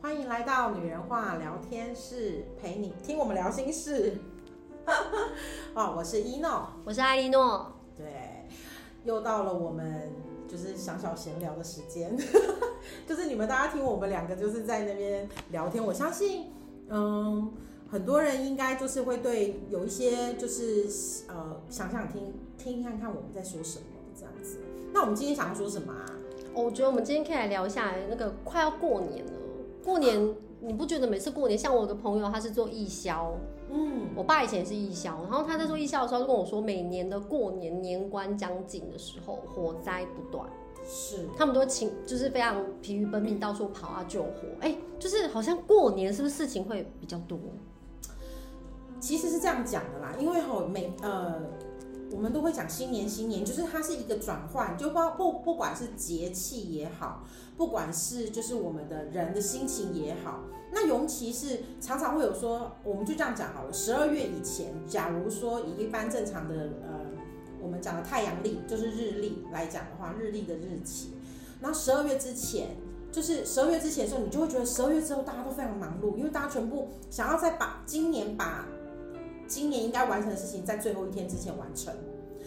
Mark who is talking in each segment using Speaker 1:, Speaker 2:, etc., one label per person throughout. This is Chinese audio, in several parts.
Speaker 1: 欢迎来到女人话聊天室，陪你听我们聊心事。 哦，我是一诺，
Speaker 2: 我是艾莉诺。哦
Speaker 1: 对，又到了我们就是小小闲聊的时间， 就是你们大家听我们两个就是在那边聊天，我相信，嗯，很多人应该就是会对有一些就是呃想想听听看看我们在说什么这样子。那我们今天想要说什么啊？
Speaker 2: 哦，我觉得我们今天可以来聊一下那个快要过年了，过年你不觉得每次过年，像我的朋友他是做义消，
Speaker 1: 嗯，
Speaker 2: 我爸以前也是义消，然后他在做义消的时候就跟我说，每年的过年年关将近的时候，火灾不断，
Speaker 1: 是
Speaker 2: 他们都请就是非常疲于奔命，到处跑啊救火。哎、就是好像过年是不是事情会比较多？
Speaker 1: 其实是这样讲的啦，因为吼每呃，我们都会讲新年新年，就是它是一个转换，就包不不管是节气也好，不管是就是我们的人的心情也好，那尤其是常常会有说，我们就这样讲好了，十二月以前，假如说以一般正常的呃，我们讲的太阳历就是日历来讲的话，日历的日期，然后十二月之前。就是十二月之前的时候，你就会觉得十二月之后大家都非常忙碌，因为大家全部想要再把今年把今年应该完成的事情在最后一天之前完成，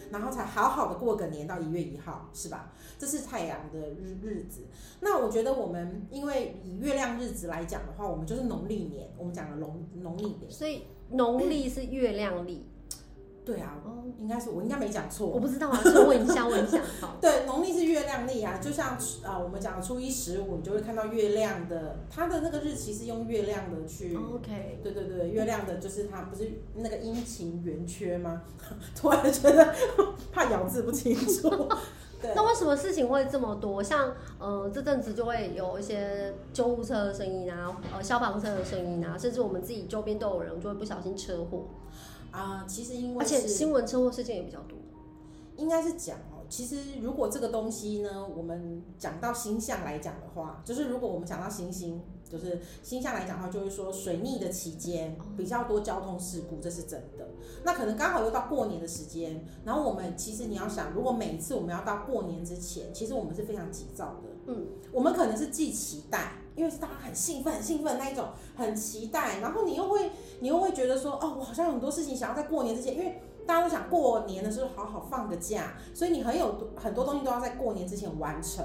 Speaker 1: 然后才好好的过个年到一月一号，是吧？这是太阳的日日子。那我觉得我们因为以月亮日子来讲的话，我们就是农历年，我们讲的农农历年。
Speaker 2: 所以农历是月亮历，
Speaker 1: 对啊，
Speaker 2: 哦，
Speaker 1: 应该是我应该没讲
Speaker 2: 我
Speaker 1: 错。
Speaker 2: 不知道啊，就是问一下问一下好。
Speaker 1: 对，农历是月亮历啊，就像啊、呃我们讲的初一十五，你就会看到月亮的，它的那个日期是用月亮的去。
Speaker 2: 哦 OK，
Speaker 1: 对对对，月亮的就是它，不是那个阴晴圆缺吗？ 突然觉得 怕咬字不清 楚。对，
Speaker 2: 那为什么事情会这么多？像呃这阵子就会有一些救护车的声音啊，呃消防车的声音啊，甚至我们自己周边都有人就会不小心车祸，
Speaker 1: 啊、其实因
Speaker 2: 而
Speaker 1: 为
Speaker 2: 且
Speaker 1: 是
Speaker 2: 新闻车祸事件也比较多。
Speaker 1: 应该是讲哦，其实如果这个东西呢，我们讲到星象来讲的话，就是如果我们讲到行星，就是星象来讲的话，就是说水逆的期间比较多交通事故，这是真的。那可能刚好又到过年的时间，然后我们其实你要想，如果每一次我们要到过年之前，其实我们是非常急躁的，
Speaker 2: 嗯，
Speaker 1: 我们可能是既期待。因为是大家很兴奋、很兴奋那一种，很期待，然后你又会，你又会觉得说，哦，我好像有很多事情想要在过年之前，因为大家都想过年的时候好好放个假，所以你很有很多东西都要在过年之前完成，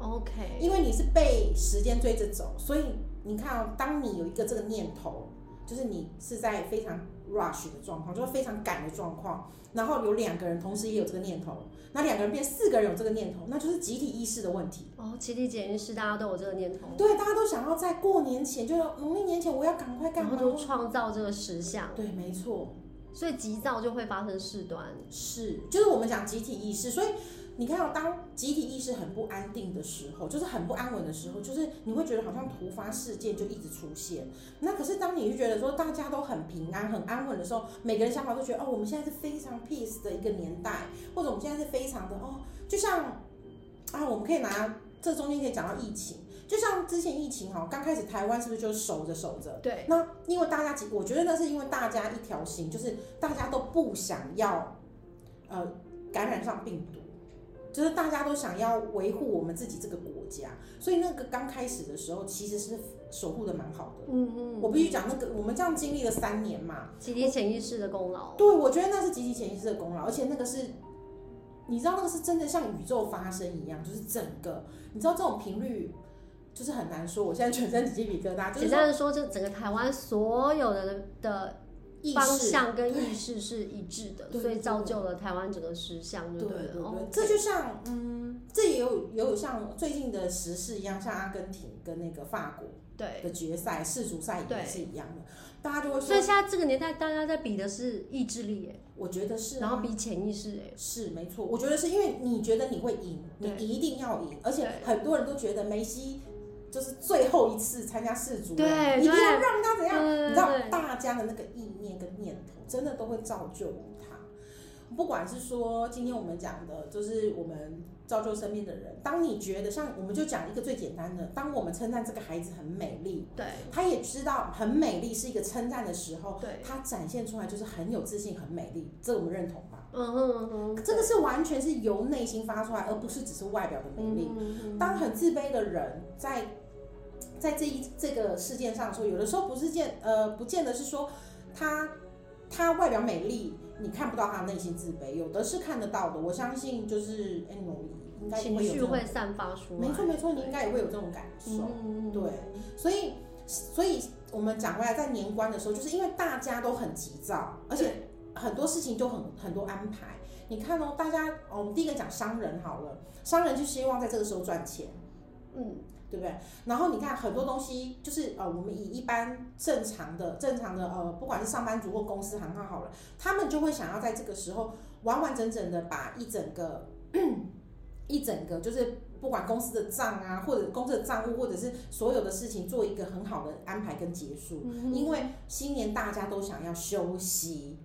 Speaker 2: OK，
Speaker 1: 因为你是被时间追着走，所以你看哦，当你有一个这个念头，就是你是在非常 rush 的状况，就是非常赶的状况，然后有两个人同时也有这个念头，那两个人变四个人有这个念头，那就是集体意识的问题。
Speaker 2: 哦，集体检验室大家都有这个念头，
Speaker 1: 对，大家都想要在过年前，就是农历年前，我要赶快干
Speaker 2: 然后
Speaker 1: 嘛？
Speaker 2: 就创造这个实相，
Speaker 1: 对，没错。
Speaker 2: 所以急躁就会发生事端。
Speaker 1: 是，就是我们讲集体意识，所以你看到当集体意识很不安定的时候，就是很不安稳的时候，就是你会觉得好像突发事件就一直出现。那可是当你就觉得说大家都很平安、很安稳的时候，每个人想法都觉得哦，我们现在是非常 peace 的一个年代，或者我们现在是非常的哦，就像啊，我们可以拿这中间可以讲到疫情，就像之前疫情哈，刚开始台湾是不是就守着守着？
Speaker 2: 对，
Speaker 1: 那因为大家其，我觉得那是因为大家一条心，就是大家都不想要，呃，感染上病毒，就是大家都想要维护我们自己这个国家，所以那个刚开始的时候其实是守护的蛮好的。
Speaker 2: 嗯
Speaker 1: 我必须讲那个，我们这样经历了三年嘛，
Speaker 2: 集体潜意识的功劳。
Speaker 1: 对我觉得那是集体潜意识的功劳，而且那个是，你知道那个是真的像宇宙发声一样，就是整个，你知道这种频率就是很难说。我现在全身起鸡皮疙瘩，就是
Speaker 2: 简
Speaker 1: 说
Speaker 2: 单的说，这整个台湾所有的的
Speaker 1: 意识
Speaker 2: 方向跟意识是一致的，
Speaker 1: 对
Speaker 2: 所以造就了台湾整个实相，
Speaker 1: 对
Speaker 2: 不
Speaker 1: 对
Speaker 2: 哦
Speaker 1: 对，，这就像嗯，这也有也有像最近的时事一样，像阿根廷跟那个法国
Speaker 2: 对。
Speaker 1: 的决赛世足赛也
Speaker 2: 对
Speaker 1: 是一样的，大家就会
Speaker 2: 所以
Speaker 1: 说，
Speaker 2: 现在这个年代，大家在比的是意志力耶，
Speaker 1: 我觉得是啊、
Speaker 2: 然后比潜意识哎，
Speaker 1: 是没错，我觉得是因为你觉得你会赢，你
Speaker 2: 对
Speaker 1: 一定要赢，而且
Speaker 2: 对
Speaker 1: 很多人都觉得梅西就是最后一次参加世足了，
Speaker 2: 对
Speaker 1: 你一定要
Speaker 2: 对嗯
Speaker 1: 让他怎
Speaker 2: 对
Speaker 1: 样，你
Speaker 2: 对
Speaker 1: 知道
Speaker 2: 对，
Speaker 1: 大家的那个意念跟念头，真的都会造就他。不管是说今天我们讲的，就是我们造就身边的人。当你觉得像，我们就讲一个最简单的，当我们称赞这个孩子很美丽，
Speaker 2: 对
Speaker 1: 他也知道很美丽是一个称赞的时候，
Speaker 2: 对，
Speaker 1: 他展现出来就是很有自信、很美丽，这我们认同吧？
Speaker 2: 嗯哼嗯哼，
Speaker 1: 这个是完全是由内心发出来，而不是只是外表的
Speaker 2: 对
Speaker 1: 美丽。
Speaker 2: 嗯哼嗯哼
Speaker 1: 当很自卑的人在在这一这个事件上说，有的时候不是见呃，不见得是说他他外表美丽，你看不到他内心自卑，有的是看得到的。我相信就是哎，你应该也
Speaker 2: 情
Speaker 1: 会有
Speaker 2: 绪
Speaker 1: 这种，
Speaker 2: 会散发出来。
Speaker 1: 没错没错，你应该也会有这种感受。
Speaker 2: 嗯，
Speaker 1: 对，所以所以我们讲回来，在年关的时候，就是因为大家都很急躁，而且很多事情就很很多安排。你看哦，大家，哦我们第一个讲商人好了，商人就希望在这个时候赚钱，
Speaker 2: 嗯，
Speaker 1: 对不对？然后你看很多东西，就是呃，我们以一般正常的、正常的呃，不管是上班族或公司行号好了，他们就会想要在这个时候完完整整的把一整个 一整个就是不管公司的账啊，或者公司的账务，或者是所有的事情做一个很好的安排跟结
Speaker 2: 嗯
Speaker 1: 束。嗯因为新年大家都想要休息，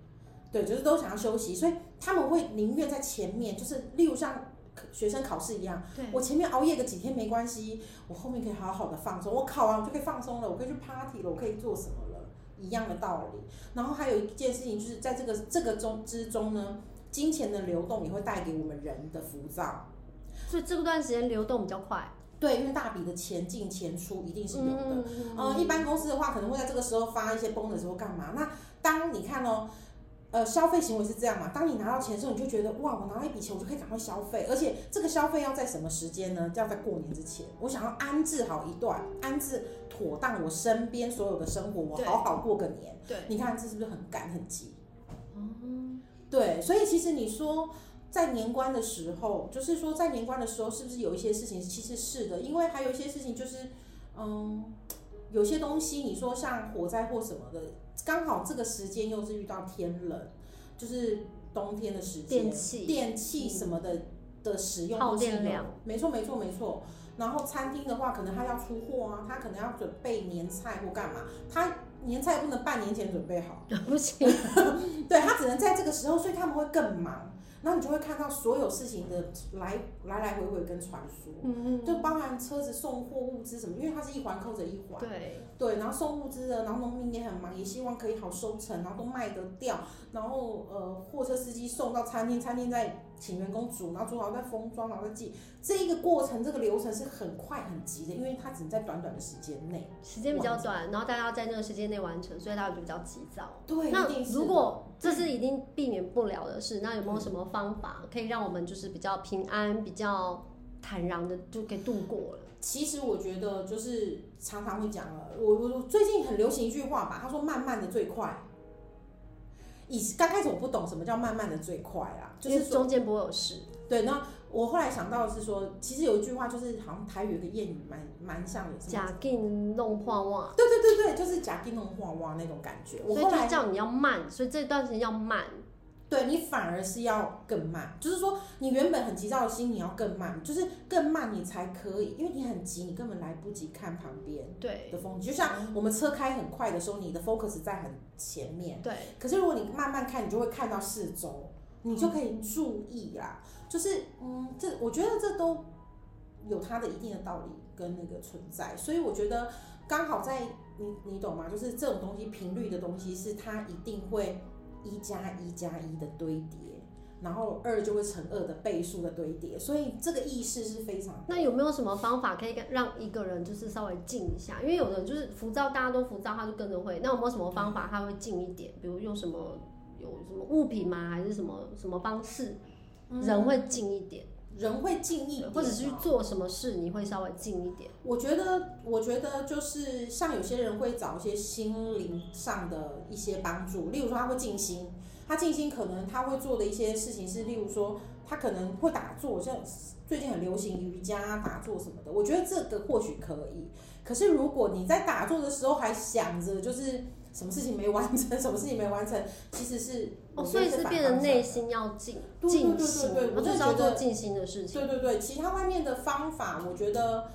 Speaker 1: 对，就是都想要休息，所以他们会宁愿在前面，就是例如像学生考试一样。
Speaker 2: 对，
Speaker 1: 我前面熬夜个几天没关系，我后面可以好好的放松。我考完我就可以放松了，我可以去 party 了，我可以做什么了，一样的道理。然后还有一件事情，就是在这个这个中之中呢，金钱的流动也会带给我们人的浮躁。
Speaker 2: 所以这段时间流动比较快，
Speaker 1: 对，因为大笔的钱进钱出一定是有的。
Speaker 2: 嗯
Speaker 1: 呃，一般公司的话可能会在这个时候发一些 bonus 或干嘛。那当你看哦，呃，消费行为是这样嘛？当你拿到钱的时候，你就觉得哇，我拿到一笔钱，我就可以赶快消费，而且这个消费要在什么时间呢？就要在过年之前。我想要安置好一段，安置妥当我身边所有的生活，我
Speaker 2: 对
Speaker 1: 好好过个年。
Speaker 2: 对，
Speaker 1: 你看这是不是很赶很急？
Speaker 2: 哦，
Speaker 1: 对，所以其实你说在年关的时候，就是说在年关的时候，是不是有一些事情其实是的，因为还有一些事情就是，嗯，有些东西你说像火灾或什么的，刚好这个时间又是遇到天冷，就是冬天的时间，
Speaker 2: 电器
Speaker 1: 电器什么的、的使用
Speaker 2: 耗
Speaker 1: 都是
Speaker 2: 电
Speaker 1: 有
Speaker 2: 量，
Speaker 1: 没错没错没错。然后餐厅的话，可能他要出货啊，他可能要准备年菜或干嘛，他年菜不能半年前准备好。
Speaker 2: 不嗯行，
Speaker 1: 对他只能在这个时候，所以他们会更忙。然后你就会看到所有事情的来来来回回跟传输，
Speaker 2: 嗯，
Speaker 1: 就包含车子送货物资什么，因为它是一环扣着一环。
Speaker 2: 对，
Speaker 1: 对，然后送物资的，然后农民也很忙，也希望可以好收成，然后都卖得掉，然后呃，货车司机送到餐厅，餐厅再请员工煮，然后煮好再封装，然后再寄。这一个过程，这个流程是很快很急的，因为它只能在短短的时间内。
Speaker 2: 时间比较短，然后大家要在那个时间内完成，所以大家就比较急躁。
Speaker 1: 对，
Speaker 2: 那
Speaker 1: 一定是
Speaker 2: 如
Speaker 1: 的嗯
Speaker 2: 果这是一定避免不了的事，那有没有什么方法可以让我们就是比较平安、比较坦然的就给度过了？
Speaker 1: 其实我觉得就是常常会讲了，我我我最近很流行一句话吧，他说慢慢的最快。以刚开始我不懂什么叫慢慢的最快啦，就
Speaker 2: 因
Speaker 1: 是
Speaker 2: 为
Speaker 1: 说
Speaker 2: 中间不会有事，
Speaker 1: 对。那我后来想到的是说，其实有一句话就是好像台语有个谚语蛮蛮像的，什么
Speaker 2: 假定弄破袜，
Speaker 1: 对对对对，就是假金龙晃晃那种感觉。我
Speaker 2: 所以就
Speaker 1: 后来
Speaker 2: 是叫你要慢，所以这段时间要慢。
Speaker 1: 对你反而是要更慢，就是说你原本很急躁的心，你要更慢，就是更慢你才可以，因为你很急，你根本来不及看旁边。
Speaker 2: 对
Speaker 1: 的风景，就
Speaker 2: 嗯
Speaker 1: 像我们车开很快的时候，你的 focus 在很前面，
Speaker 2: 对，
Speaker 1: 可是如果你慢慢看，你就会看到四周，你就可以注意啦。就是嗯，这我觉得这都有它的一定的道理跟那个存在，所以我觉得刚好在你你懂吗？就是这种东西频率的东西，是它一定会一加一加一的堆叠。然后二就会乘二的倍数的堆叠，所以这个意识是非常
Speaker 2: 那有没有什么方法可以让一个人就是稍微静一下？因为有的人就是浮躁，大家都浮躁，他就跟着会。那有没有什么方法他会静一点？比如用什么有什么物品吗？还是什么什么方式，
Speaker 1: 嗯
Speaker 2: 人会静一点，
Speaker 1: 人会敬意，
Speaker 2: 或者是去做什么事你会稍微静一点？
Speaker 1: 我觉得，我觉得就是像有些人会找一些心灵上的一些帮助，例如说他会静心，他静心可能他会做的一些事情是，例如说他可能会打坐，像最近很流行瑜伽啊、打坐什么的，我觉得这个或许可以。可是如果你在打坐的时候还想着就是什么事情没完成，什么事情没完成，其实是
Speaker 2: 哦，所以是变
Speaker 1: 得
Speaker 2: 成内心要静
Speaker 1: 对对对
Speaker 2: 静
Speaker 1: 对
Speaker 2: 心，
Speaker 1: 对我
Speaker 2: 我就
Speaker 1: 真
Speaker 2: 是
Speaker 1: 的
Speaker 2: 要
Speaker 1: 觉得
Speaker 2: 做静心的事情。
Speaker 1: 对对对，其他外面的方法，我觉得，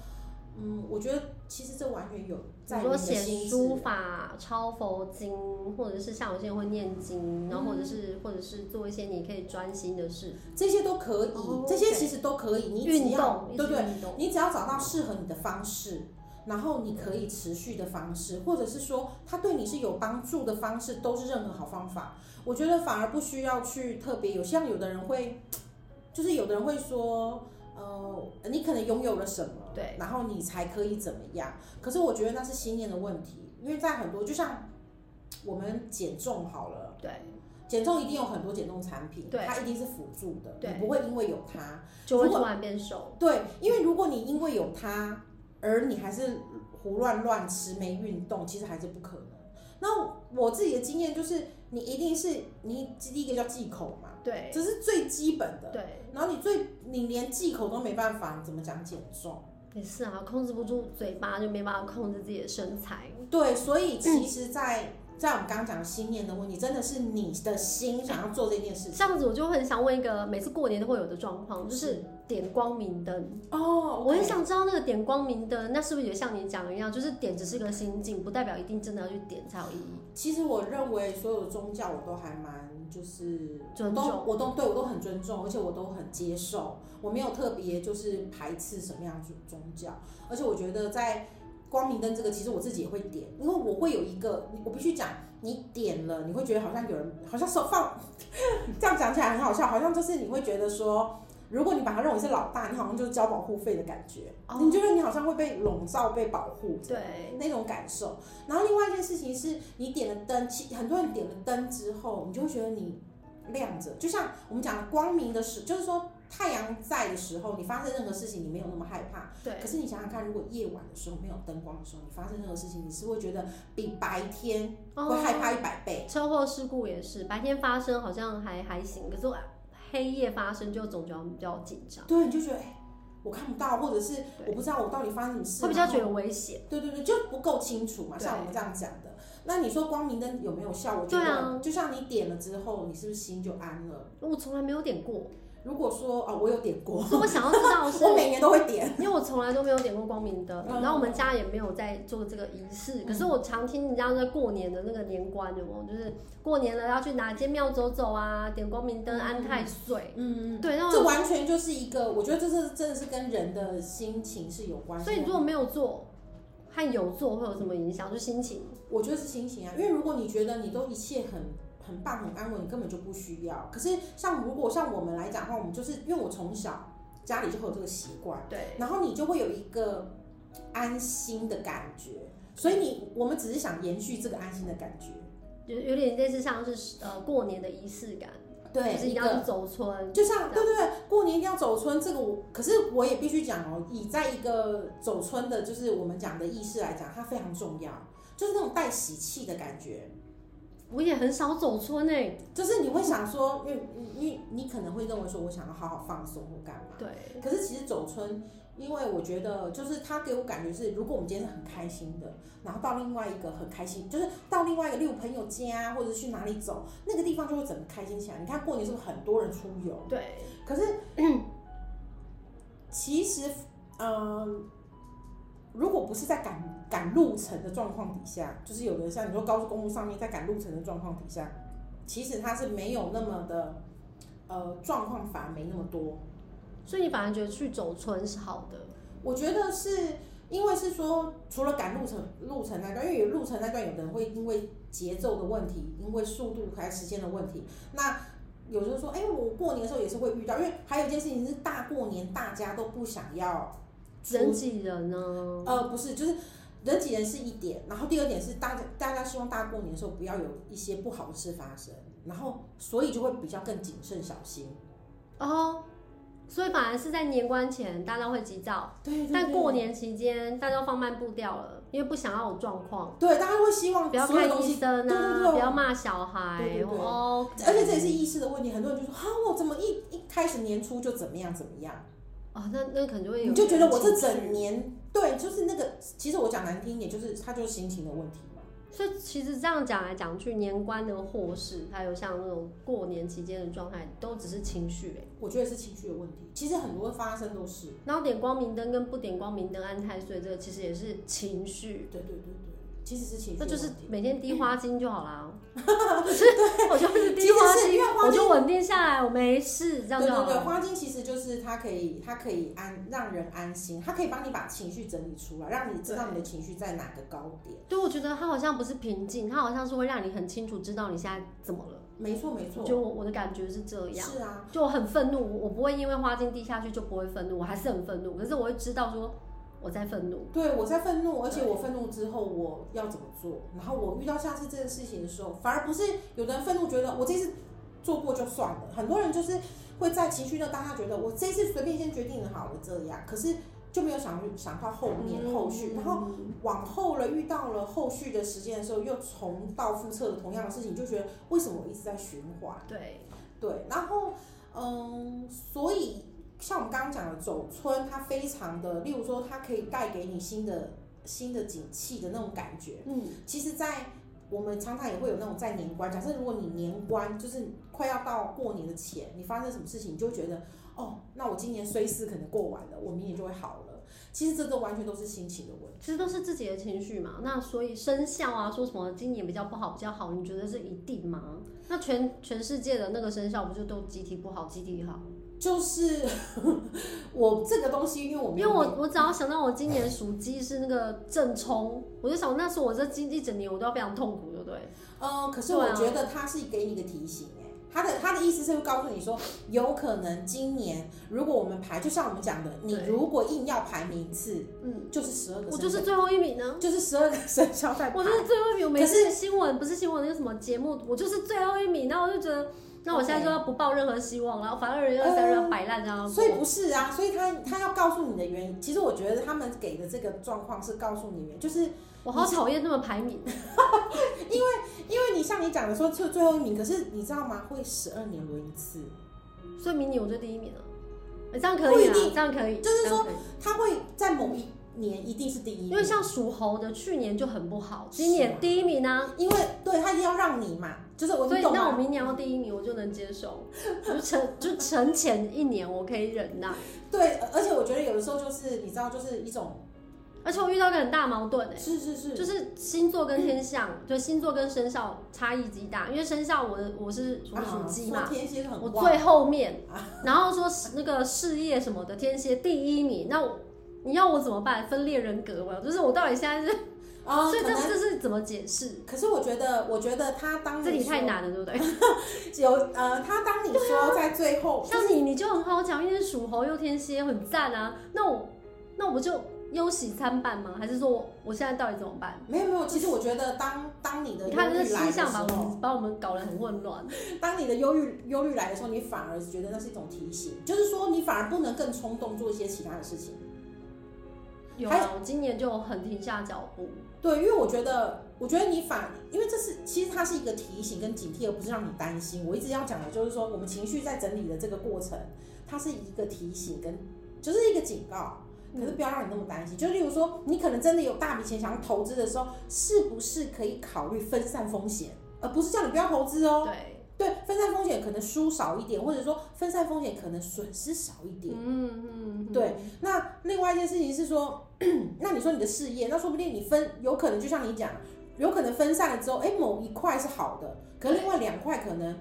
Speaker 1: 嗯，我觉得其实这完全有
Speaker 2: 比
Speaker 1: 在你
Speaker 2: 如说
Speaker 1: 的
Speaker 2: 写
Speaker 1: 心
Speaker 2: 书
Speaker 1: 思。
Speaker 2: 法、抄佛经，或者是像有些人会念
Speaker 1: 嗯
Speaker 2: 经，然后或者是、或者是做一些你可以专心的事，
Speaker 1: 这些都可以，
Speaker 2: 哦
Speaker 1: 这些
Speaker 2: 对
Speaker 1: 其实都可以。你只
Speaker 2: 运
Speaker 1: 要
Speaker 2: 动，一
Speaker 1: 对
Speaker 2: 直
Speaker 1: 对，
Speaker 2: 运动，
Speaker 1: 你只要找到适合你的方式，然后你可以持续的方式，或者是说它对你是有帮助的方式，都是任何好方法。我觉得反而不需要去特别有，像有的人会，就是有的人会说，呃，你可能拥有了什么，
Speaker 2: 对，
Speaker 1: 然后你才可以怎么样。可是我觉得那是信念的问题，因为在很多就像我们减重好了，
Speaker 2: 对，
Speaker 1: 减重一定有很多减重产品，
Speaker 2: 对
Speaker 1: 它一定是辅助的，
Speaker 2: 对
Speaker 1: 你不会因为有它，
Speaker 2: 就会
Speaker 1: 如果
Speaker 2: 突然变瘦。
Speaker 1: 对，因为如果你因为有它而你还是胡乱乱吃没运动，其实还是不可能。那我自己的经验就是，你一定是你第一个叫忌口嘛，
Speaker 2: 对
Speaker 1: 这是最基本的。
Speaker 2: 对，
Speaker 1: 然后你最你连忌口都没办法，你怎么讲减重？
Speaker 2: 也是啊，控制不住嘴巴就没办法控制自己的身材。
Speaker 1: 对，所以其实在，在我们刚刚讲的心念的问题，真的是你的心想要做这件事情。
Speaker 2: 这样子我就很想问一个每次过年都会有的状况，就是点光明灯。
Speaker 1: 哦，
Speaker 2: 我很想知道那个点光明灯，那是不是也像你讲的一样，就是点只是个心境，不代表一定真的要去点才有意义。
Speaker 1: 其实我认为所有宗教我都还蛮就是
Speaker 2: 尊重
Speaker 1: 我都我都对我都很尊重，而且我都很接受，我没有特别就是排斥什么样子宗教，而且我觉得在光明灯这个，其实我自己也会点，因为我会有一个，我必须讲，你点了，你会觉得好像有人好像手放， 这样讲起来很好笑，好像就是你会觉得说。如果你把它认为是老大，你好像就是交保护费的感觉
Speaker 2: 哦
Speaker 1: 你觉得你好像会被笼罩、被保护着。
Speaker 2: 对，
Speaker 1: 那种感受。然后另外一件事情是你点了灯，其很多人点了灯之后，你就会觉得你亮着，就像我们讲的光明的时，就是说太阳在的时候，你发生任何事情你没有那么害怕。
Speaker 2: 对
Speaker 1: 可，是你想想看，如果夜晚的时候没有灯光的时候，你发生任何事情，你是会觉得比白天
Speaker 2: 哦
Speaker 1: 会害怕一百倍。
Speaker 2: 车祸事故也是，白天发生好像还还行，可是我啊黑夜发生就总觉得比较紧张，
Speaker 1: 对，你就觉得哎、我看不到，或者是
Speaker 2: 对
Speaker 1: 我不知道我到底发生什么事。
Speaker 2: 会比较
Speaker 1: 然后
Speaker 2: 觉得危险。
Speaker 1: 对对对，就不够清楚嘛，
Speaker 2: 对
Speaker 1: 像我们这样讲的。那你说光明灯有没有效？我觉
Speaker 2: 对
Speaker 1: 得、
Speaker 2: 啊
Speaker 1: 就像你点了之后，你是不是心就安了？
Speaker 2: 我从来没有 点过，
Speaker 1: 如果说哦，我有点过，
Speaker 2: 所以我想要知 道哦是
Speaker 1: 我每年都会点。
Speaker 2: 因为我从来都没有点过光明灯，
Speaker 1: 嗯
Speaker 2: 然后我们家也没有在做这个仪式。可是我常听人家在过年的那个年关，有没有？就是过年了要去哪间庙走走啊，点光明灯安太岁。
Speaker 1: 嗯，
Speaker 2: 对，啊然
Speaker 1: 这
Speaker 2: 后
Speaker 1: 完全就是一个，我觉得这是真的是跟人的心情是有关系
Speaker 2: 所
Speaker 1: 的。
Speaker 2: 以如果没有做和有做会有什么影响？就心情
Speaker 1: 我觉得是心情啊，因为如果你觉得你都一切很很棒、很安稳，你根本就不需要。可是像如果像我们来讲的话，我们就是因为我从小家里就会有这个习惯，
Speaker 2: 对
Speaker 1: 然后你就会有一个安心的感觉。所以你我们只是想延续这个安心的感觉，
Speaker 2: 有有点类似像是呃过年的仪式感，
Speaker 1: 对，
Speaker 2: 就是一定要去走村，
Speaker 1: 就像对对对，过年一定要走村，这个我可是我也必须讲哦，以在一个走村的，就是我们讲的意识来讲，它非常重要，就是那种带喜气的感觉，
Speaker 2: 我也很少走村哎、
Speaker 1: 就是你会想说，因为因为你可能会认为说我想要好好放松或干嘛，
Speaker 2: 对，
Speaker 1: 可是其实走村，因为我觉得就是它给我感觉是，如果我们今天是很开心的，然后到另外一个很开心，就是到另外一个例如朋友家或者是去哪里走，那个地方就会整个开心起来。你看过年是不是很多人出游？
Speaker 2: 对，
Speaker 1: 可是，其实，嗯，如果不是在赶赶路程的状况底下，就是有的像你说高速公路上面在赶路程的状况底下，其实它是没有那么的，呃，状况反而没那么多。
Speaker 2: 所以你反而觉得去走村是好的，
Speaker 1: 我觉得是因为是说，除了赶路程路程那段，因为有路程那段，有的人会因为节奏的问题，因为速度还有时间的问题，那有时候说，哎、我过年的时候也是会遇到，因为还有一件事情是大过年大家都不想要
Speaker 2: 人挤人呢、
Speaker 1: 呃，不是，就是人挤人是一点，然后第二点是大家大家希望大过年的时候不要有一些不好的事发生，然后所以就会比较更谨慎小心。
Speaker 2: 哦，所以反而是在年关前大家会急躁，
Speaker 1: 对
Speaker 2: 但过年期间大家放慢步调了，因为不想要有状况，
Speaker 1: 对大家会希望
Speaker 2: 不要
Speaker 1: 所有
Speaker 2: 看
Speaker 1: 东
Speaker 2: 医
Speaker 1: 西，
Speaker 2: 生
Speaker 1: 对对
Speaker 2: 啊，
Speaker 1: 对
Speaker 2: 不要骂小孩，
Speaker 1: 对对对
Speaker 2: 哦，
Speaker 1: 而且这也是意识的问题，很多人就说啊，我怎么一一开始年初就怎么样怎么样，
Speaker 2: 哦，那那可能就会有
Speaker 1: 你就觉得我这
Speaker 2: 情绪
Speaker 1: 整，年对，就是那个，其实我讲难听一点，就是他就是心情的问题嘛。
Speaker 2: 所以其实这样讲来讲去，年关的祸事，还有像那种过年期间的状态，都只是情绪、欸。
Speaker 1: 我觉得是情绪的问题，其实很多发生都是，
Speaker 2: 然后点光明灯跟不点光明灯安太岁，这个其实也是情绪。
Speaker 1: 对对对对，其实是情绪的问
Speaker 2: 那就
Speaker 1: 题，
Speaker 2: 是每天滴花精就 好啦。就是我就是滴花
Speaker 1: 其实是因
Speaker 2: 精
Speaker 1: 为，花
Speaker 2: 我
Speaker 1: 精
Speaker 2: 就稳定下来，我没事，这样
Speaker 1: 对
Speaker 2: 就好
Speaker 1: 对对，
Speaker 2: 了。
Speaker 1: 花精其实就是它可以，它可以安让人安心，它可以帮你把情绪整理出来，让你知道你的情绪在哪个高点。
Speaker 2: 对，我觉得它好像不是平静，它好像是会让你很清楚知道你现在怎么了。
Speaker 1: 没错没错，
Speaker 2: 就我我的感觉是这样，
Speaker 1: 是啊，
Speaker 2: 就我很愤怒，我我不会因为花金滴下去就不会愤怒，我还是很愤怒，可是我会知道说我在愤怒，
Speaker 1: 对我在愤怒，而且我愤怒之后我要怎么做？然后我遇到下次这件事情的时候，反而不是有的人愤怒觉得我这次做过就算了，很多人就是会在情绪的当下觉得我这次随便先决定好了这样，可是就没有想想到后面、
Speaker 2: 嗯
Speaker 1: 后续，然后。往后了，遇到了后续的时间的时候，又重蹈覆辙的同样的事情，就觉得为什么我一直在循环？
Speaker 2: 对，
Speaker 1: 对，然后嗯，所以像我们刚刚讲的走村，它非常的，例如说它可以带给你新的新的景气的那种感觉。
Speaker 2: 嗯，
Speaker 1: 其实，在我们常常也会有那种在年关，假设如果你年关就是快要到过年的前，你发生什么事情，你就会觉得哦，那我今年衰事可能过完了，我明年就会好了。其实这都完全都是心情的问题。
Speaker 2: 其实都是自己的情绪嘛。那所以生肖啊，说什么今年比较不好，比较好，你觉得是一定吗？那全全世界的那个生肖不就都集体不好，集体好？
Speaker 1: 就是 我这个东西，因为我
Speaker 2: 因
Speaker 1: 没
Speaker 2: 为
Speaker 1: 有
Speaker 2: 我我只要想到我今年属鸡是那个正冲，我就想那时候我这今一整年我都要非常痛苦，对不对？
Speaker 1: 呃，可是
Speaker 2: 对
Speaker 1: 我
Speaker 2: 啊
Speaker 1: 觉得他是给你一个提醒、欸，他的他的意思是会告诉你说，有可能今年如果我们排，就像我们讲的，你
Speaker 2: 对
Speaker 1: 如果硬要排名次，
Speaker 2: 嗯，
Speaker 1: 就是十二个生肖，
Speaker 2: 我就是最后一名呢、
Speaker 1: 就是十二个生肖在排
Speaker 2: 我就。是最后一名，我每
Speaker 1: 可是
Speaker 2: 次新闻不是新闻那个什么节目，我就是最后一名，然后我就觉得，那我现在就要不抱任何希望，然后反正二零二三要摆烂这样过。
Speaker 1: 哦所以不是啊，所以他他要告诉你的原因，其实我觉得他们给的这个状况是告诉你原因，就是
Speaker 2: 我好讨厌这么排名，
Speaker 1: 因为你像你讲的说最最后一名，可是你知道吗？会十二年轮一次，
Speaker 2: 所以明年我就第一名了。欸这样可以
Speaker 1: 不一
Speaker 2: 啊
Speaker 1: 定，
Speaker 2: 这样可以，
Speaker 1: 就是说
Speaker 2: 这样可以，
Speaker 1: 他会在某一年一定是第一名，
Speaker 2: 因为像属猴的去年就很不好，今
Speaker 1: 是啊
Speaker 2: 年第一名啊，
Speaker 1: 因为对他一定要让你嘛，就是我
Speaker 2: 所
Speaker 1: 你
Speaker 2: 以
Speaker 1: 懂啊
Speaker 2: 那我
Speaker 1: 吗？
Speaker 2: 明年要第一名，我就能接受，我就沉 就沉潜一年，我可以忍耐。
Speaker 1: 对，而而且我觉得有的时候就是你知道，就是一种
Speaker 2: 而且我遇到一个很大矛盾欸
Speaker 1: 是是是，
Speaker 2: 就是星座跟天象， 就星座跟生肖差异极大，因为生肖我的我是我属鸡
Speaker 1: 啊
Speaker 2: 嘛，
Speaker 1: 说天蝎很
Speaker 2: 我
Speaker 1: 旺
Speaker 2: 最后 面，然后说是那个事业什么的，天蝎第一名，那我你要我怎么办？分裂人格我就是我到底现在是，
Speaker 1: 啊，
Speaker 2: 所以
Speaker 1: 可
Speaker 2: 这
Speaker 1: 能。
Speaker 2: 这是怎么解释？
Speaker 1: 可是我觉得，我觉得他当你
Speaker 2: 这题太
Speaker 1: 说
Speaker 2: 难了，对不对？
Speaker 1: 有呃，他当你说在最后，
Speaker 2: 像你你就很好讲，因为属猴又天蝎，很赞啊。那我那我不就忧喜参半吗？还是说我我现在到底怎么办？
Speaker 1: 没有没有，其实我觉得当当你的
Speaker 2: 你看
Speaker 1: 忧
Speaker 2: 这
Speaker 1: 郁来
Speaker 2: 星
Speaker 1: 的时
Speaker 2: 象把我
Speaker 1: 候，
Speaker 2: 们把我们搞得很混乱。
Speaker 1: 当你的忧郁忧虑来的时候，你反而觉得那是一种提醒，就是说你反而不能更冲动做一些其他的事情。
Speaker 2: 有
Speaker 1: 还
Speaker 2: 啊，我今年就很停下脚步。
Speaker 1: 对，因为我觉得，我觉得你反，因为这是其实它是一个提醒跟警惕，而不是让你担心。我一直要讲的就是说，我们情绪在整理的这个过程，它是一个提醒跟就是一个警告。
Speaker 2: 嗯
Speaker 1: 可是不要让你那么担心，就例如说，你可能真的有大笔钱想要投资的时候，是不是可以考虑分散风险，而不是叫你不要投资哦。
Speaker 2: 对，
Speaker 1: 对，分散风险可能输少一点，或者说分散风险可能损失少一点。
Speaker 2: 嗯嗯，
Speaker 1: 对，那另外一件事情是说，那你说你的事业，那说不定你分有可能就像你讲，有可能分散了之后，哎，某一块是好的，可是另外两块可能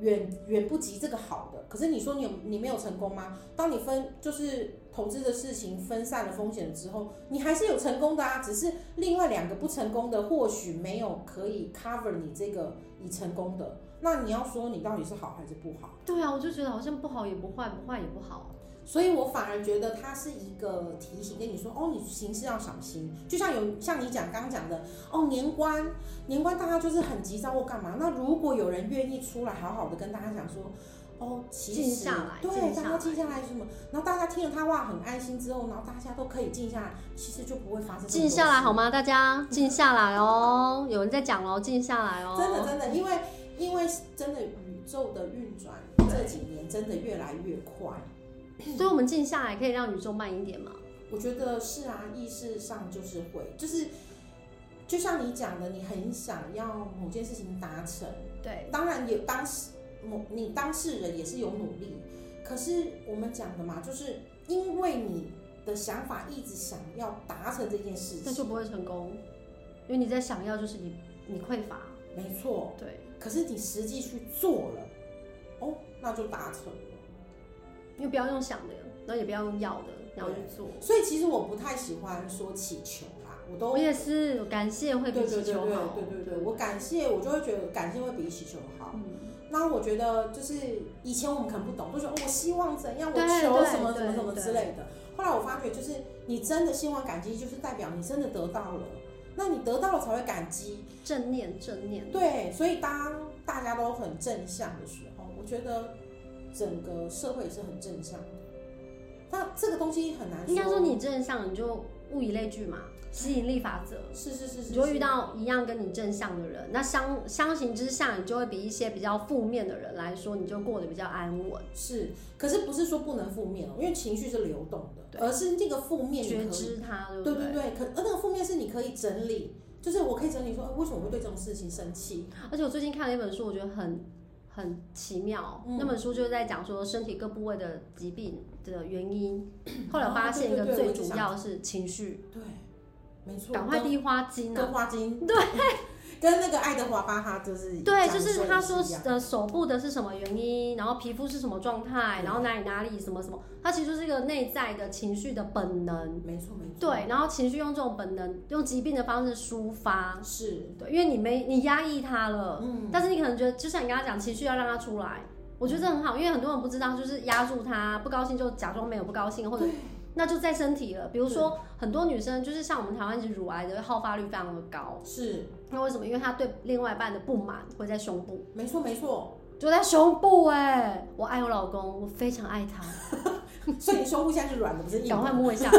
Speaker 1: 远远不及这个好的。可是你说你有你没有成功吗？当你分就是投资的事情分散了风险之后，你还是有成功的啊，只是另外两个不成功的或许没有可以 cover 你这个已成功的。那你要说你到底是好还是不好？
Speaker 2: 对啊，我就觉得好像不好也不坏，不坏也不好。
Speaker 1: 所以我反而觉得它是一个提醒，跟你说哦，你行事要小心。就像有像你讲刚刚讲的哦，年关年关大家就是很急躁或干嘛。那如果有人愿意出来好好的跟大家讲说，哦，其实
Speaker 2: 静下来
Speaker 1: 对，
Speaker 2: 静下
Speaker 1: 大家
Speaker 2: 来
Speaker 1: 静下来是什么，然后大家听了他话很安心之后，然后大家都可以静下来，其实就不会发生这么多
Speaker 2: 静下来
Speaker 1: 事
Speaker 2: 好吗？大家静下来哦， 有人在讲哦，静下来哦。
Speaker 1: 真的真的，因为因为真的宇宙的运转这几年真的越来越快。
Speaker 2: 所以我们静下来可以让宇宙慢一点嘛。
Speaker 1: 我觉得是啊，意识上就是会，就是就像你讲的，你很想要某件事情达成，
Speaker 2: 对，
Speaker 1: 当然也当事某你当事人也是有努力，可是我们讲的嘛，就是因为你的想法一直想要达成这件事
Speaker 2: 那
Speaker 1: 情，
Speaker 2: 就不会成功，因为你在想要就是你你匮乏。
Speaker 1: 没错，
Speaker 2: 对，
Speaker 1: 可是你实际去做了，哦，那就达成了。
Speaker 2: 因为不要用想的，然后也不要用要的，然后去做。
Speaker 1: 所以其实我不太喜欢说祈求啦，我我都
Speaker 2: 我也是感谢会比
Speaker 1: 对
Speaker 2: 起
Speaker 1: 对对
Speaker 2: 球好，
Speaker 1: 对对对对，我感谢我就会觉得感谢会比起球好。
Speaker 2: 嗯
Speaker 1: 那我觉得就是以前我们可能不懂，都觉得、哦、我希望怎样，我
Speaker 2: 对
Speaker 1: 求
Speaker 2: 对
Speaker 1: 什么
Speaker 2: 对
Speaker 1: 什么什么
Speaker 2: 对
Speaker 1: 之类的。后来我发觉，就是你真的心怀感激，就是代表你真的得到了，那你得到了才会感激。
Speaker 2: 正念正念，
Speaker 1: 对，所以当大家都很正向的时候，我觉得整个社会也是很正向的。那这个东西很难
Speaker 2: 应该说你正向你就物以类聚嘛，吸引力法则。
Speaker 1: 是是是是，
Speaker 2: 你就会
Speaker 1: 是
Speaker 2: 遇到一样跟你正向的人，那相相形之下，你就会比一些比较负面的人来说，你就过得比较安稳。
Speaker 1: 是，可是不是说不能负面哦，因为情绪是流动的，
Speaker 2: 对
Speaker 1: 而是那个负面你可
Speaker 2: 觉
Speaker 1: 以
Speaker 2: 知它，对不
Speaker 1: 对对对，可而那个负面是你可以整理，就是我可以整理说，呃为什么我会对这种事情生气？
Speaker 2: 而且我最近看了一本书，我觉得很很奇妙。
Speaker 1: 嗯
Speaker 2: 那本书就是在讲说身体各部位的疾病的原因，后来
Speaker 1: 哦
Speaker 2: 发现一
Speaker 1: 对
Speaker 2: 个
Speaker 1: 对对我
Speaker 2: 最
Speaker 1: 一直
Speaker 2: 主
Speaker 1: 想
Speaker 2: 要是情绪，
Speaker 1: 对，没错，
Speaker 2: 赶快
Speaker 1: 跟
Speaker 2: 滴花精啊
Speaker 1: 跟。花精对， 跟那个爱德华巴哈就是
Speaker 2: 对，
Speaker 1: 讲
Speaker 2: 就是
Speaker 1: 的
Speaker 2: 他
Speaker 1: 也
Speaker 2: 说
Speaker 1: 一样
Speaker 2: 呃手部的是什么原因，然后皮肤是什么状态，
Speaker 1: 对
Speaker 2: 然后哪里哪里什么什么，它其实就是一个内在的情绪的本能。
Speaker 1: 没错没错，
Speaker 2: 对，然后情绪用这种本能，用疾病的方式抒发。
Speaker 1: 嗯是，
Speaker 2: 对，因为你没你压抑它了，
Speaker 1: 嗯，
Speaker 2: 但是你可能觉得，就像你刚刚讲，情绪要让它出来，我觉得这很好，因为很多人不知道，就是压住它，不高兴就假装没有不高兴，或者那就在身体了。比如说，很多女生就是像我们台湾，其实乳癌的好发率非常的高，
Speaker 1: 是
Speaker 2: 那为什么？因为她对另外一半的不满会在胸部，
Speaker 1: 没错没错，
Speaker 2: 就在胸部哎、我爱我老公，我非常爱他，
Speaker 1: 所以你胸部现在是软的，不是硬
Speaker 2: 赶快
Speaker 1: 的，
Speaker 2: 摸 一下，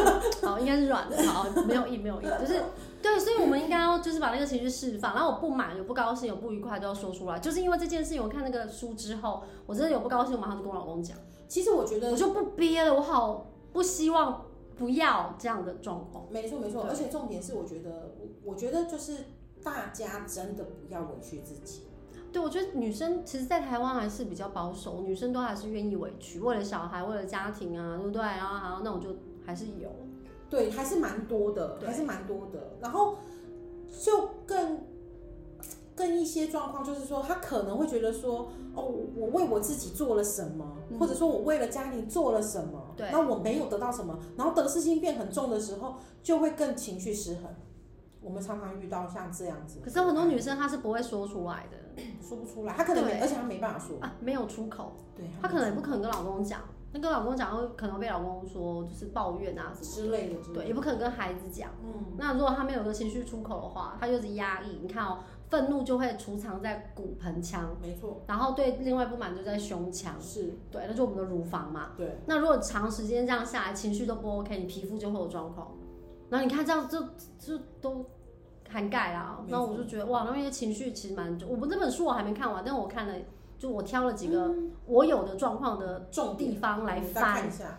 Speaker 2: 好，应该是软的，好，没有硬，没有
Speaker 1: 呃
Speaker 2: 硬，就是对，所以我们应该要就是把那个情绪释放，然后我不满、有不高兴、有不愉快都要说出来，就是因为这件事情，我看那个书之后，我真的有不高兴，我马上就跟我老公讲，
Speaker 1: 其实我觉得
Speaker 2: 我就不憋了，我好不希望不要这样的状况，
Speaker 1: 没错没错，
Speaker 2: 哦对
Speaker 1: 而且重点是，我觉得，我我觉得就是大家真的不要委屈自己，
Speaker 2: 对我觉得女生其实，在台湾还是比较保守，女生都还是愿意委屈，为了小孩，为了家庭啊，对不对？然后好，那我就还是有。
Speaker 1: 对，还是蛮多的，
Speaker 2: 对
Speaker 1: 还是蛮多的。然后就更更一些状况，就是说他可能会觉得说，哦，我为我自己做了什么，
Speaker 2: 嗯
Speaker 1: 或者说我为了家庭做了什么，
Speaker 2: 对
Speaker 1: 那我没有得到什么，然后得失心变很重的时候，就会更情绪失衡。我们常常遇到像这样子的，
Speaker 2: 可是很多女生她是不会说出来的
Speaker 1: 说不出来，她可能没，
Speaker 2: 对
Speaker 1: 而且她没办法说，
Speaker 2: 啊，没有出口。
Speaker 1: 对，
Speaker 2: 她可能也不可能跟老公讲，那跟老公讲会可能被老公说就是抱怨啊什
Speaker 1: 之类的，之类
Speaker 2: 么，
Speaker 1: 的
Speaker 2: 对，也不可能跟孩子讲。
Speaker 1: 嗯。
Speaker 2: 那如果她没有个情绪出口的话，她就是压抑。你看哦，愤怒就会储藏在骨盆腔，
Speaker 1: 没错，
Speaker 2: 然后对另外不满就在胸腔，
Speaker 1: 是，
Speaker 2: 对，那就我们的乳房嘛。
Speaker 1: 对，
Speaker 2: 那如果长时间这样下来，情绪都不 OK，你皮肤就会有状况。然后你看这样就就都涵盖啦
Speaker 1: 没。错
Speaker 2: 然后我就觉得哇，那因为情绪其实蛮……我们这本书我还没看完，但我看了，就我挑了几个
Speaker 1: 嗯
Speaker 2: 我有的状况的
Speaker 1: 重点
Speaker 2: 呃地方来
Speaker 1: 我们再看
Speaker 2: 翻
Speaker 1: 一， 下，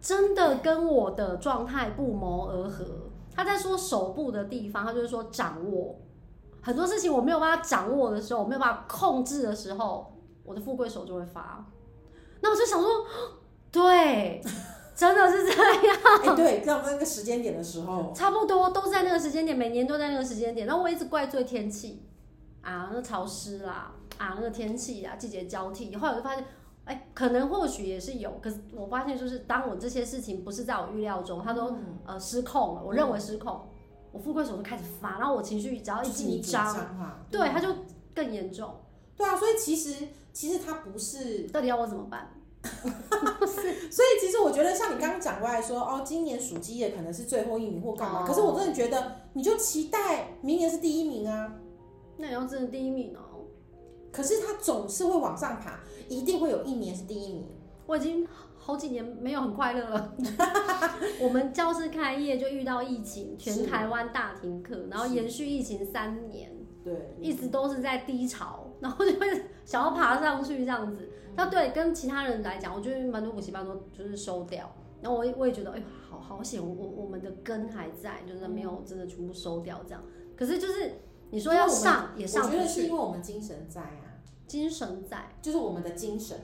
Speaker 2: 真的跟我的状态不谋而合。他在说手部的地方，他就是说掌握很多事情我没有办法掌握的时候，我没有办法控制的时候，我的富贵手就会发。那我就想说，对，真的是这样，
Speaker 1: 哎、对，在我们那个时间点的时候，
Speaker 2: 差不多都在那个时间点，每年都在那个时间点。然后我一直怪罪天气啊，那潮湿啦，啊，那个天气啊，季节交替。后来我就发现。哎、可能或许也是有，可是我发现就是，当我这些事情不是在我预料中，他都
Speaker 1: 嗯
Speaker 2: 呃失控了，我认为失控，我富贵手就开始发，然后我情绪只要一
Speaker 1: 就是你
Speaker 2: 紧
Speaker 1: 紧
Speaker 2: 张，
Speaker 1: 张嘛，
Speaker 2: 对，他就更严重。
Speaker 1: 对啊，所以其实其实它不是，
Speaker 2: 到底要我怎么办？
Speaker 1: 所以其实我觉得像你刚刚讲过来说，哦，今年属鸡的可能是最后一名或干嘛，
Speaker 2: 哦
Speaker 1: 可是我真的觉得你就期待明年是第一名啊，
Speaker 2: 那你要真的第一名哦，
Speaker 1: 可是它总是会往上爬，一定会有一年是第一名，
Speaker 2: 我已经好几年没有很快乐了。 我们教室开业就遇到疫情，全
Speaker 1: 是
Speaker 2: 台湾大停课，然后延续疫情三年，
Speaker 1: 对，
Speaker 2: 一直都是在低潮，然后就会想要爬上去这样子。
Speaker 1: 嗯
Speaker 2: 那对跟其他人来讲，我觉得蛮多补习班都就是收掉。然后我也我也觉得，哎呦，好好险，我我我们的根还在，就是没有真的全部收掉这样。可是就是你说要上也上
Speaker 1: 我觉
Speaker 2: 不
Speaker 1: 得是因
Speaker 2: 去，
Speaker 1: 为我们精神在啊，
Speaker 2: 精神在，
Speaker 1: 就是我们的精神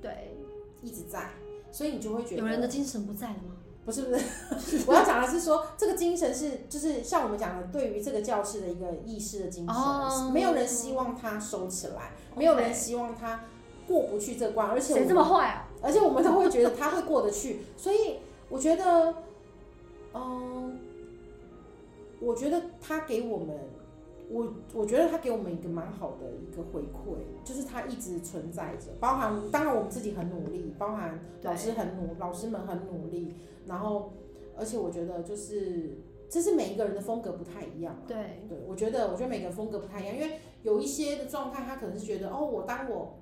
Speaker 2: 对，
Speaker 1: 一直在，所以你就会觉得
Speaker 2: 有人的精神不在了吗？
Speaker 1: 不是不是，我要讲的是说，这个精神是就是像我们讲的，对于这个教室的一个意识的精神，
Speaker 2: 哦
Speaker 1: 没有人希望它收起来，没有人
Speaker 2: OK
Speaker 1: 希望它过不去这关，而且我
Speaker 2: 谁
Speaker 1: 们
Speaker 2: 这么坏啊？
Speaker 1: 而且我们都会觉得他会过得去，所以我觉得，嗯、我觉得他给我们，我我觉得他给我们一个蛮好的一个回馈，就是他一直存在着，包含当然我们自己很努力，包含
Speaker 2: 对
Speaker 1: 老师很努，老师们很努力，然后而且我觉得就是这是每一个人的风格不太一样、啊，
Speaker 2: 对，
Speaker 1: 对，我觉得，我觉得每个风格不太一样，因为有一些的状态，他可能是觉得，哦，我当我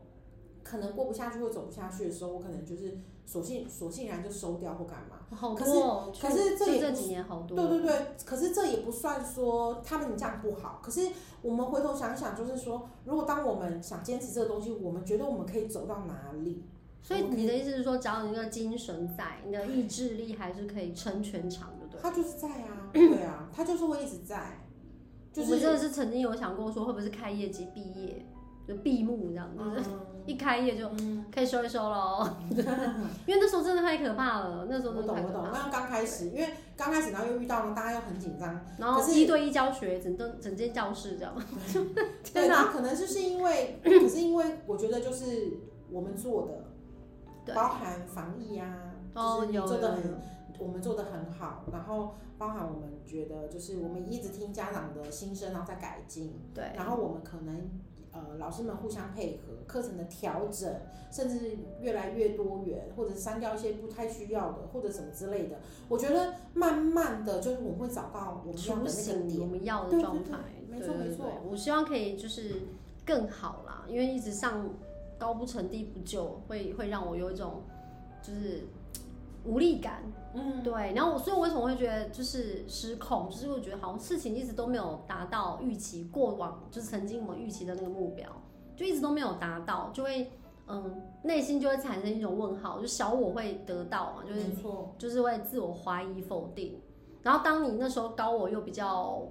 Speaker 1: 可能过不下去或走不下去的时候，我可能就是索性索性然就收掉或干嘛。
Speaker 2: 好
Speaker 1: 可
Speaker 2: 多
Speaker 1: 是
Speaker 2: 哦，
Speaker 1: 可是这
Speaker 2: 就
Speaker 1: 也
Speaker 2: 这
Speaker 1: 不
Speaker 2: 几年好多，
Speaker 1: 对对对，可是这也不算说他们这样不好。可是我们回头想一想，就是说，如果当我们想坚持这个东西，我们觉得我们可以走到哪里？
Speaker 2: 所以你的意思是说，只要你那个精神在，你的意志力还是可以撑全场，对不对？
Speaker 1: 他就是在啊，对 啊，他就是会一直在，就
Speaker 2: 我们
Speaker 1: 是
Speaker 2: 真的是曾经有想过说，会不会是开业即毕业，就闭幕这样子，
Speaker 1: 哦
Speaker 2: 就是
Speaker 1: 嗯
Speaker 2: 一开业就可以收一收喽。 因为那时候真的太可怕了，那时候
Speaker 1: 我
Speaker 2: 真的
Speaker 1: 懂
Speaker 2: 太
Speaker 1: 嗯我
Speaker 2: 可
Speaker 1: 懂，
Speaker 2: 怕。
Speaker 1: 那刚开始，因为刚开始然后又遇到了，大家又很紧张。
Speaker 2: 然后
Speaker 1: 可是
Speaker 2: 一对一教学，整栋整间教室这样。
Speaker 1: 对，
Speaker 2: 天
Speaker 1: 然
Speaker 2: 哪！
Speaker 1: 后可能就是因 为，可是因为我觉得就是我们做的，
Speaker 2: 对，
Speaker 1: 包含防疫啊，
Speaker 2: 哦，
Speaker 1: 就是
Speaker 2: 有
Speaker 1: 做
Speaker 2: 有
Speaker 1: 的
Speaker 2: 有
Speaker 1: 很，我们做的很好，然后包含我们觉得就是我们一直听家长的心声，然后再改进，
Speaker 2: 对，
Speaker 1: 然后我们可能呃老师们互相配合，课程的调整，甚至越来越多元，或者删掉一些不太需要的，或者什么之类的，我觉得慢慢的就是我们会找到我们要的
Speaker 2: 雏
Speaker 1: 那个
Speaker 2: 形我
Speaker 1: 点，
Speaker 2: 们要
Speaker 1: 对
Speaker 2: 的
Speaker 1: 对
Speaker 2: 状
Speaker 1: 对
Speaker 2: 态。
Speaker 1: 没
Speaker 2: 对
Speaker 1: 错
Speaker 2: 对
Speaker 1: 没
Speaker 2: 对
Speaker 1: 错
Speaker 2: 我希望可以就是更好啦，因为一直上高不成低不就，会会让我有一种就是无力感。
Speaker 1: 嗯，
Speaker 2: 对，然后我所以我为什么会觉得就是失控，就是我觉得好像事情一直都没有达到预期，过往就是曾经我们预期的那个目标，就一直都没有达到，就会嗯内心就会产生一种问号，就小我会得到嘛，就是
Speaker 1: 没错，
Speaker 2: 就是会自我怀疑否定，然后当你那时候高我又比较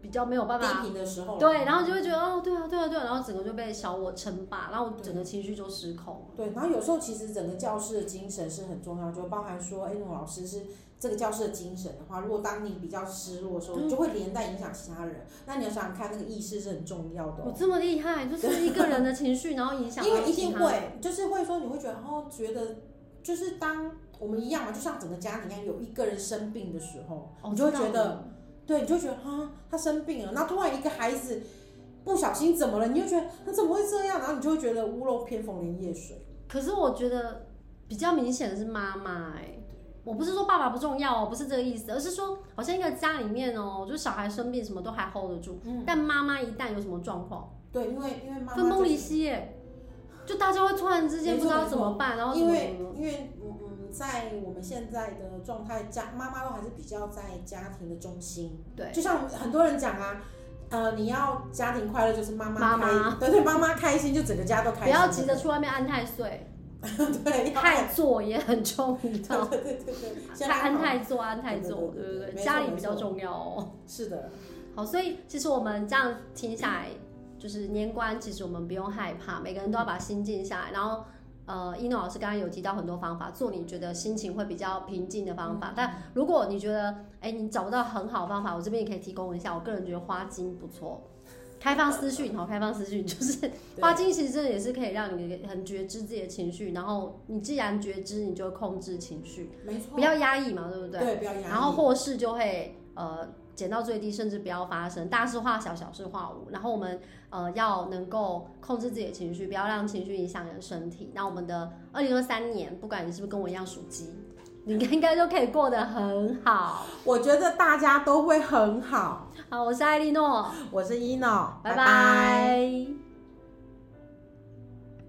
Speaker 2: 比较没有办
Speaker 1: 低
Speaker 2: 法。
Speaker 1: 频的时候，
Speaker 2: 对，然后就会觉得哦，对啊，对啊，对啊，然后整个就被小我称霸，然后我整个情绪就失控了。
Speaker 1: 对，然后有时候其实整个教室的精神是很重要，就包含说，哎，那种老师是这个教室的精神的话，如果当你比较失落的时候，
Speaker 2: 嗯
Speaker 1: 就会连带影响其他人。那你要想想看，那个意识是很重要的
Speaker 2: 我
Speaker 1: 哦、
Speaker 2: 这么厉害，就是一个人的 情绪，然后影响
Speaker 1: 因
Speaker 2: 到
Speaker 1: 为一
Speaker 2: 其
Speaker 1: 定
Speaker 2: 他
Speaker 1: 会，就是会说你会觉得，哦，觉得就是当我们一样嘛，就像整个家庭一样，有一个人生病的时候，
Speaker 2: 哦
Speaker 1: 你就会
Speaker 2: 知道
Speaker 1: 觉得，对，你就觉得啊，他生病了，那突然一个孩子不小心怎么了，你就觉得他怎么会这样，然后你就会觉得屋漏偏逢连夜水。
Speaker 2: 可是我觉得比较明显的是妈妈哎、我不是说爸爸不重要哦，不是这个意思，而是说好像一个家里面哦，就小孩生病什么都还 hold 得住，
Speaker 1: 嗯
Speaker 2: 但妈妈一旦有什么状况，
Speaker 1: 对，因为因为妈妈
Speaker 2: 分崩
Speaker 1: 就是
Speaker 2: 离析耶，就大家会突然之间
Speaker 1: 没
Speaker 2: 不
Speaker 1: 错
Speaker 2: 知道
Speaker 1: 没
Speaker 2: 怎
Speaker 1: 错
Speaker 2: 么办，然后
Speaker 1: 因
Speaker 2: 怎
Speaker 1: 为
Speaker 2: 么
Speaker 1: 因为嗯嗯，在我们现在的状态，家妈妈都还是比较在家庭的中心。
Speaker 2: 对
Speaker 1: 就像很多人讲啊，呃，你要家庭快乐就是妈
Speaker 2: 妈
Speaker 1: 妈开，
Speaker 2: 妈
Speaker 1: 对对，妈妈开心就整个家都开
Speaker 2: 不
Speaker 1: 心。
Speaker 2: 要急着去外面安太嗯岁，
Speaker 1: 对，要
Speaker 2: 太座也很重要，
Speaker 1: 对对对对，现在
Speaker 2: 太安
Speaker 1: 好
Speaker 2: 太座安太座，
Speaker 1: 对对
Speaker 2: 对
Speaker 1: 对
Speaker 2: 不
Speaker 1: 对没
Speaker 2: 对？
Speaker 1: 错
Speaker 2: 家里
Speaker 1: 没
Speaker 2: 比较
Speaker 1: 错
Speaker 2: 重要哦。
Speaker 1: 是的，
Speaker 2: 好，所以其实我们这样听下来，就是年关，其实我们不用害怕，每个人都要把心静下来。然后，呃，一诺老师刚刚有提到很多方法，做你觉得心情会比较平静的方
Speaker 1: 嗯
Speaker 2: 法。但如果你觉得，哎、你哎找不到很好的方法，我这边也可以提供一下。我个人觉得花精不错。开放私讯，好，开放私讯就是
Speaker 1: 对
Speaker 2: 花精，其实真的也是可以让你很觉知自己的情绪，然后你既然觉知，你就控制情绪，
Speaker 1: 没错，
Speaker 2: 不要压抑嘛，对不对？
Speaker 1: 对，不要压抑。
Speaker 2: 然后祸事就会呃减到最低，甚至不要发生。大事化小，小事化无。然后我们呃要能够控制自己的情绪，不要让情绪影响你的身体。那我们的二零二三年，不管你是不是跟我一样属鸡，你应该都可以过得很好。
Speaker 1: 我觉得大家都会很好。
Speaker 2: 好，我是艾莉诺，
Speaker 1: 我是一诺，
Speaker 2: 拜
Speaker 1: 拜
Speaker 2: 拜